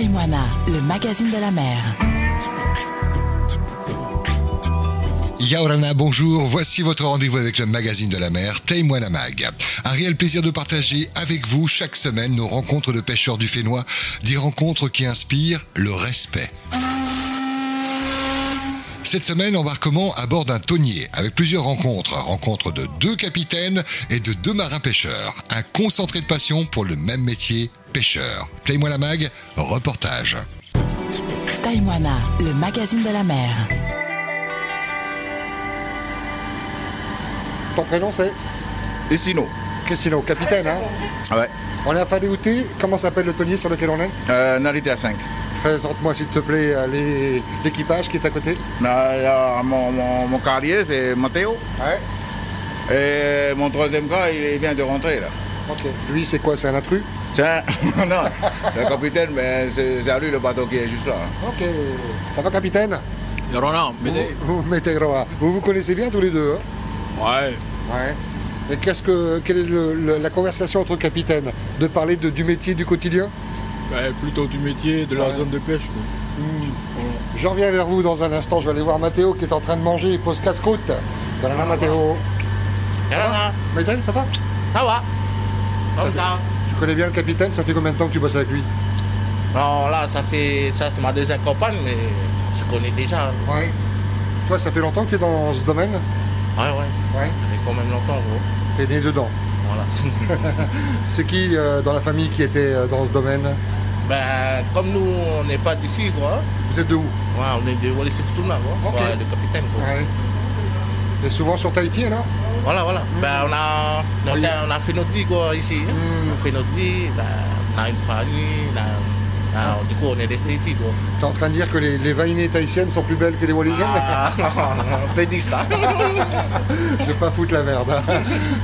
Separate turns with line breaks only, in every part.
et Moana, le magazine de la mer.
Yaorana, bonjour. Voici votre rendez-vous avec le magazine de la mer, Taïmoana Mag. Un réel plaisir de partager avec vous chaque semaine nos rencontres de pêcheurs du Fénois, des rencontres qui inspirent le respect. Cette semaine, on va comment à bord d'un tonnier, avec plusieurs rencontres. Rencontres de deux capitaines et de deux marins-pêcheurs. Un concentré de passion pour le même métier, pêcheur. Taille-moi la mag, reportage.
Taïmoana, le magazine de la mer.
Ton prénom c'est
Et sinon
Cristino, capitaine. Hein
Ouais.
on est à Faleouti. Comment s'appelle le tonnier sur lequel on est
Euh, Narité à 5.
Présente-moi s'il te plaît euh, les- l'équipage qui est à côté.
mon, mon, mon carrière, c'est Matteo.
Ouais.
Et mon troisième gars, il vient de rentrer là.
Ok. Lui c'est quoi C'est un intrus
C'est un- non, le capitaine, mais c'est c'est à lui le bateau qui est juste là.
Ok. Ça va capitaine
Ronan, mais
Vous, vous mettez Roa. Vous vous connaissez bien tous les deux hein
Ouais.
Ouais. Et qu'est-ce que quelle est le- le- la conversation entre capitaines De parler de- du métier du quotidien
ouais, plutôt du métier, de la zone de pêche. quoi.
Je reviens vers vous dans un instant, je vais aller voir Mathéo qui est en train de manger, il pose casse-croûte. Voilà Mathéo. Maïtel, ça va
Ça va
Comme
ça.
Tu connais bien le capitaine, ça fait combien de temps que tu bosses avec lui
Non, là, ça c'est ma deuxième compagne, mais on se connaît déjà.
Ouais. Toi, ça fait longtemps que tu es dans ce domaine
Ouais, ouais,
Ouais.
ça fait quand même longtemps, gros.
T'es né dedans.
Voilà.
C'est qui euh, dans la famille qui était euh, dans ce domaine
ben, comme nous, on n'est pas d'ici, quoi.
Vous êtes de où
Ouais, on est de Wallis et Futuna, quoi.
Ok.
Ouais, le capitaine, quoi.
Ouais. Et souvent sur Tahiti, alors
Voilà, voilà. Ben, on, a, on, a-
Oui.
on a fait notre vie quoi, ici. hein.
Mm.
On fait notre vie, ben, on a une famille, on a- on a- du coup on est resté ici. Quoi.
T'es en train de dire que les, les vahinées tahitiennes sont plus belles que les wallisiennes
Ah, on peut dire ça.
Je vais pas foutre la merde. hein.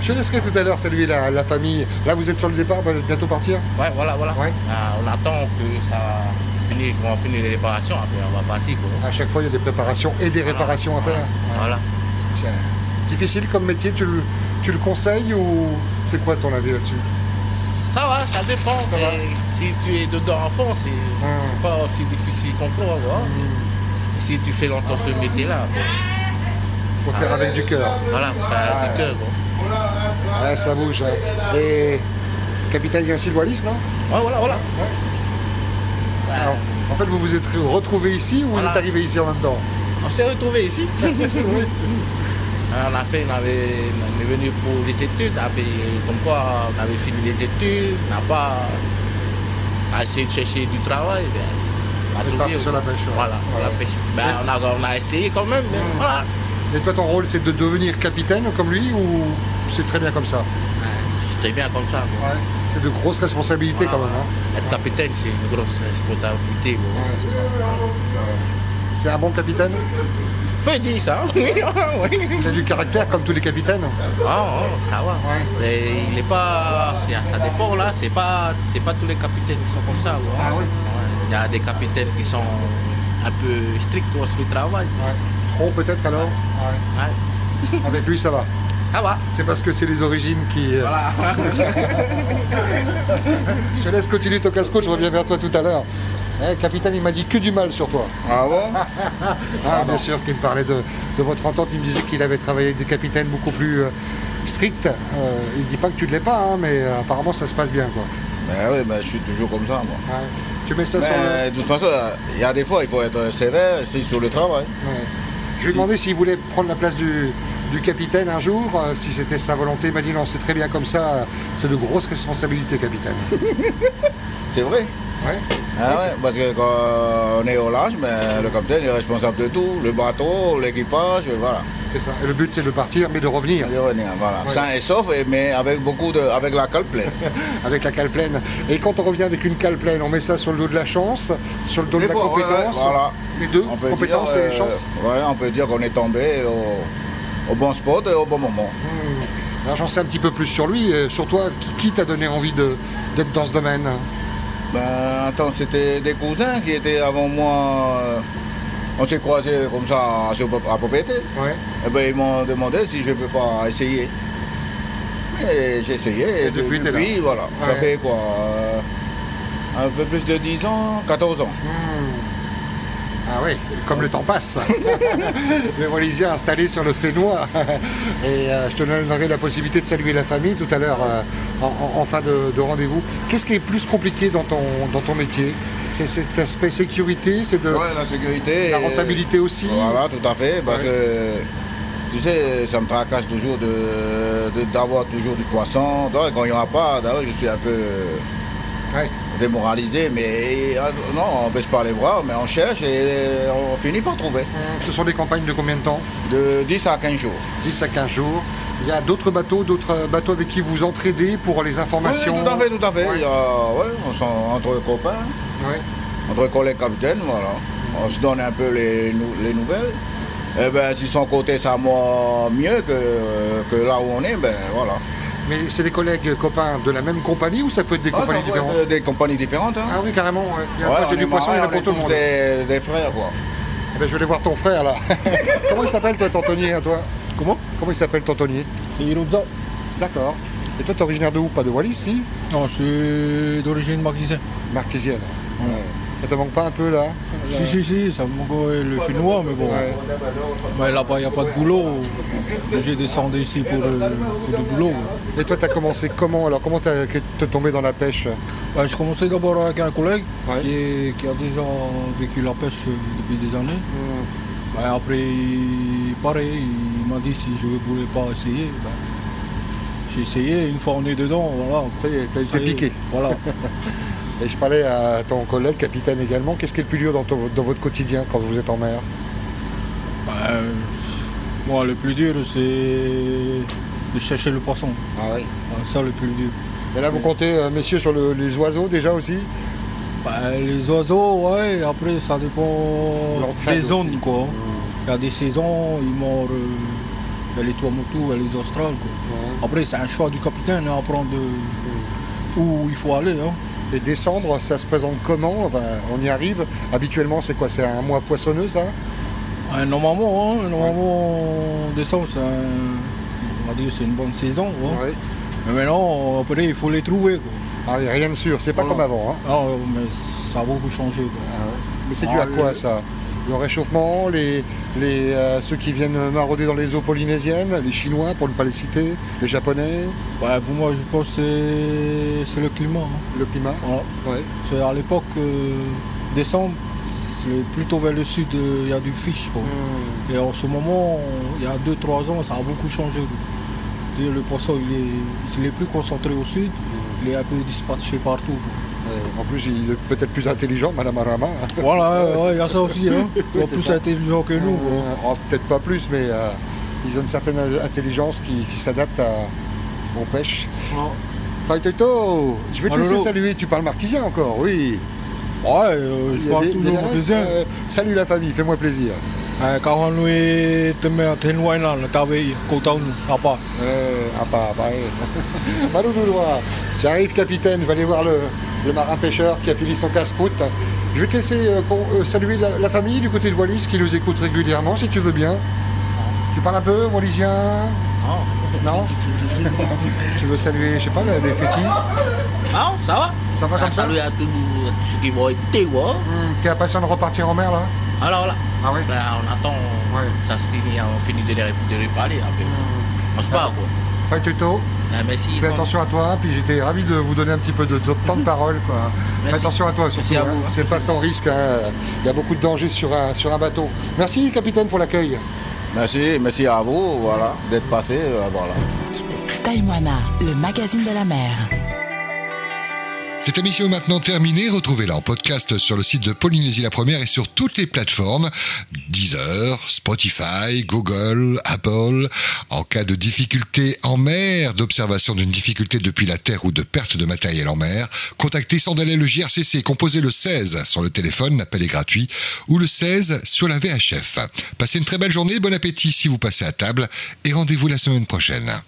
Je laisserai tout à l'heure celui-là, la famille. Là, vous êtes sur le départ, vous allez bientôt partir
Ouais, voilà, voilà.
Ouais.
Ah, on attend que ça finisse, qu'on finisse les réparations, après on va partir. Quoi.
À chaque fois, il y a des préparations et des réparations à faire.
Voilà.
C'est Difficile comme métier, tu le, tu le conseilles ou c'est quoi ton avis là-dessus
Ça va, ça dépend. mais
va.
Si tu es dedans à fond, c'est c'est pas aussi difficile qu'on croit. quoi.
Mm.
Si tu fais longtemps ce métier-là, quoi.
Faut
Ah,
faire avec
euh,
du cœur.
voilà, ça a du cœur. quoi.
Ah, ça bouge. hein. Et capitaine vient aussi de Wallis, non
Ouais, voilà, voilà.
Alors, En fait, vous vous êtes retrouvés ici ou vous
Ah. Voilà.
êtes arrivés ici en même temps
On s'est retrouvés ici. Alors, on a fait, on, avait, on est venu pour les études, après, comme quoi on avait fini les études, on n'a pas on a essayé de chercher du travail. ben,
On
on a
est
trouvé,
parti
quoi.
sur la pêche, ouais.
Voilà, on, a
Ouais.
pêché. Ben, on, a, on a essayé quand même. mais voilà.
Et toi, ton rôle, c'est de devenir capitaine comme lui ou c'est très bien comme ça
C'était bien comme ça. quoi.
C'est de grosses responsabilités quand
Voilà.
même. hein.
Être capitaine, c'est une grosse responsabilité. quoi.
C'est un bon capitaine
On peut dire ça. hein. oui, oui.
Il a du caractère comme tous les capitaines
Ah, oh, ça va. Mais il n'est pas. c'est- Ça dépend là. C'est pas. C'est pas tous les capitaines qui sont comme ça. quoi.
Ah oui.
Ouais. Il y a des capitaines qui sont un peu stricts quoi, sur le travail.
Trop peut-être alors
Ouais.
Avec lui, ça va.
Ça va.
C'est parce que c'est les origines qui. euh, je te laisse continuer ton casse-côte, je reviens vers toi tout à l'heure. Eh, capitaine, il m'a dit que du mal sur toi.
Ah bon
Ah, bien sûr, qu'il me parlait de, de votre entente. Il me disait qu'il avait travaillé avec des capitaines beaucoup plus euh, stricts. Euh, il dit pas que tu ne l'es pas, hein, mais euh, apparemment ça se passe bien. Quoi.
Ben oui, ben, je suis toujours comme ça moi.
Tu mets ça sur le.
de toute façon, il y a des fois, il faut être sévère, c'est sur le travail.
Ouais. Je lui ai demandé s'il voulait prendre la place du, du capitaine un jour, euh, si c'était sa volonté. Il m'a dit non, c'est très bien comme ça. euh, C'est de grosses responsabilités, capitaine.
C'est vrai.
Ouais.
Ah ouais, parce que quand on est au large, mais le capitaine est responsable de tout, le bateau, l'équipage, voilà.
C'est ça. Et le but, c'est de partir, mais de revenir.
De revenir, voilà.
Ouais.
Sain et sauf, et- mais avec beaucoup de, avec la cale pleine.
avec la cale pleine. Et quand on revient avec une cale pleine, on met ça sur le dos de la chance, sur le dos
Des
de la
fois, ouais,
compétence.
ouais, voilà.
Les deux,
On peut
compétence
dire,
et
euh,
chance.
ouais, on peut dire qu'on est tombé au, au bon spot et au bon moment.
Hmm. Alors j'en sais un petit peu plus sur lui, et sur toi, qui, qui t'a donné envie de- d'être dans ce domaine
Ben, attends, c'était des cousins qui étaient avant moi. euh, On s'est croisés comme ça à, sur- à Popété.
Ouais.
Et ben, ils m'ont demandé si je peux pas essayer. Et j'ai essayé.
Et depuis, t'es là.
voilà. Ça
Ouais.
fait quoi euh, un peu plus de 10 ans, 14 ans.
Hmm. Ah oui, comme le temps passe. les Wallisiens installés sur le Fénois. Et euh, je te donnerai la possibilité de saluer la famille tout à l'heure euh, en, en- en fin de, de rendez-vous. Qu'est-ce qui est plus compliqué dans ton, dans ton métier C'est cet aspect sécurité, c'est de
Ouais, la sécurité.
la
et-
rentabilité aussi
Voilà, tout à fait. Parce
Ouais.
que, tu sais, ça me tracasse toujours de, de- d'avoir toujours du poisson. Donc, quand il n'y en a pas, d'ailleurs, je suis un peu
Ouais.
démoralisé. Mais euh, non, on baisse pas les bras, mais on cherche et on finit par trouver.
Hum, Ce sont des campagnes de combien de temps
De 10 à 15 jours.
10 à 15 jours. Il y a d'autres bateaux, d'autres bateaux avec qui vous entraidez pour les
Oui,
informations
tout à fait, tout à fait.
Ouais.
Il y a- ouais, on s'en- entre copains,
Ouais.
entre collègues capitaines, voilà. On se donne un peu les, nou- les nouvelles. Et ben, si son côté ça va mieux que, que là où on est, ben voilà.
Mais c'est des collègues copains de la même compagnie ou ça peut être des
Ah,
compagnies
ça peut être
différentes
Des compagnies différentes. hein.
Ah oui, carrément. ouais. Il y a un
Ouais,
côté
on
du
est
poisson, il y en a pour
marins, on
tout le
est tous
monde.
Des, des frères, quoi.
Eh ben, je vais aller voir ton frère là. Comment il s'appelle toi, ton tonnier à toi
Comment
Comment il s'appelle ton tonnier
Iruzzo.
D'accord. Et toi, t'es originaire de où Pas de Wallis, si
Non, c'est d'origine marquisienne.
Marquisienne. Ouais. Ça te manque pas un peu là
Si, si, si, ça me manque le finnois, mais bon.
Ouais.
Mais là-bas, il n'y a pas de boulot. J'ai descendu ici pour, euh, pour du boulot.
Et toi, t'as commencé comment alors Comment t'as- que- t'es tombé dans la pêche
Bah, je commençais d'abord avec un collègue
Ouais.
qui, est- qui a déjà vécu la pêche euh, depuis des années. Bah, après, il- pareil, il m'a dit si je ne voulais pas essayer. bah, j'ai essayé, une fois on est dedans, voilà.
Ça y est, t'as été
Ça y est,
piqué.
Voilà.
Et je parlais à ton collègue, capitaine également. Qu'est-ce qui est le plus dur dans, ton- dans votre quotidien quand vous êtes en mer
Euh, bon, le plus dur, c'est de chercher le poisson.
Ah oui.
Ouais, Ça, le plus dur.
Et là, vous comptez, euh, messieurs, sur le- les oiseaux déjà aussi
Bah, les oiseaux, ouais, après, ça dépend
L'entraide
des zones,
aussi. Ah.
quoi. Il y a des saisons, ils mordent euh, il y a les tuamotous, il y a les australes,
Ah
quoi. Après, c'est un choix du capitaine, hein, à prendre de-
Ah.
où il faut aller. hein.
Et décembre, ça se présente comment Enfin, On y arrive. Habituellement, c'est quoi C'est un mois poissonneux, ça
Ouais, normalement, hein, normalement, en décembre, c'est un- on va dire c'est une bonne saison. hein.
Ah Ouais.
Mais maintenant, après, il faut les trouver. quoi.
Ah oui, rien de sûr, c'est pas
Voilà.
comme avant. hein.
Ah, ouais, mais ça a beaucoup changé. quoi.
Mais c'est dû
Ah,
à quoi
le-
ça Le réchauffement, les, les, euh, ceux qui viennent marauder dans les eaux polynésiennes, les Chinois pour ne pas les citer, les Japonais,
Ouais, pour moi, je pense que c'est- c'est le climat. hein.
le climat.
Voilà.
Ouais.
C'est à l'époque, euh, décembre, c'est plutôt vers le sud, euh, il y a du fish. quoi.
Hum. Mm.
Et en ce moment, il y a 2-3 ans, ça a beaucoup changé. quoi. Le poisson, il est, il est plus concentré au sud,
Mm.
il est un peu dispatché partout. quoi.
Euh, en plus, il est peut-être plus intelligent, Madame Arama. hein.
Voilà, ouais, ouais, il y a ça aussi. Hein.
Oui,
En
c'est
plus
ça.
intelligent que nous. quoi.
Oh, peut-être pas plus, mais euh, ils ont une certaine intelligence qui, qui s'adapte à. On pêche. Faiteto, je vais te
Ah,
laisser
Lolo.
saluer, tu parles marquisien encore, oui.
Ouais, euh,
Il
je
y a
parle
des-
toujours
des restes,
marquisien.
euh, salut la famille, fais-moi plaisir.
Eh, Quand on est tombé à Tenwaina, on t'avait content, à part.
Euh, ah bah, bah, ouais. Bah, Malou Doulois. ah. J'arrive, capitaine, je vais aller voir le, le marin pêcheur qui a fini son casse-croûte. Je vais te laisser euh, con- euh, saluer la, la famille du côté de Wallis qui nous écoute régulièrement, si tu veux bien. Tu parles un peu, Wallisien Non. tu veux saluer, je sais pas, les fétis Hum,
Ah, ça va
Ça va comme ça
Salut à tous ceux qui vont écouter, quoi.
Hum, T'es impatient de repartir en mer, là
Alors là,
Ah ouais
ben, on attend,
Ouais.
ça se finit, on finit de les, de les parler. après. On se parle, quoi.
Fight tuto,
Ah, merci.
Hmm. fais
quoi.
attention à toi, puis j'étais ravi de vous donner un petit peu de, de temps de parole. Quoi. Fais
Merci.
attention à toi surtout,
Merci à
hein.
vous, hein.
c'est pas sans risque, hein. il y a beaucoup de dangers sur un, sur un bateau. Merci capitaine pour l'accueil.
Merci, merci à vous, voilà, d'être passé, euh, voilà.
Taïmoana, le magazine de la mer.
Cette émission est maintenant terminée. Retrouvez-la en podcast sur le site de Polynésie la Première et sur toutes les plateformes Deezer, Spotify, Google, Apple. En cas de difficulté en mer, d'observation d'une difficulté depuis la terre ou de perte de matériel en mer, contactez sans délai le JRCC. Composez le 16 sur le téléphone, l'appel est gratuit, ou le 16 sur la VHF. Passez une très belle journée, bon appétit si vous passez à table et rendez-vous la semaine prochaine.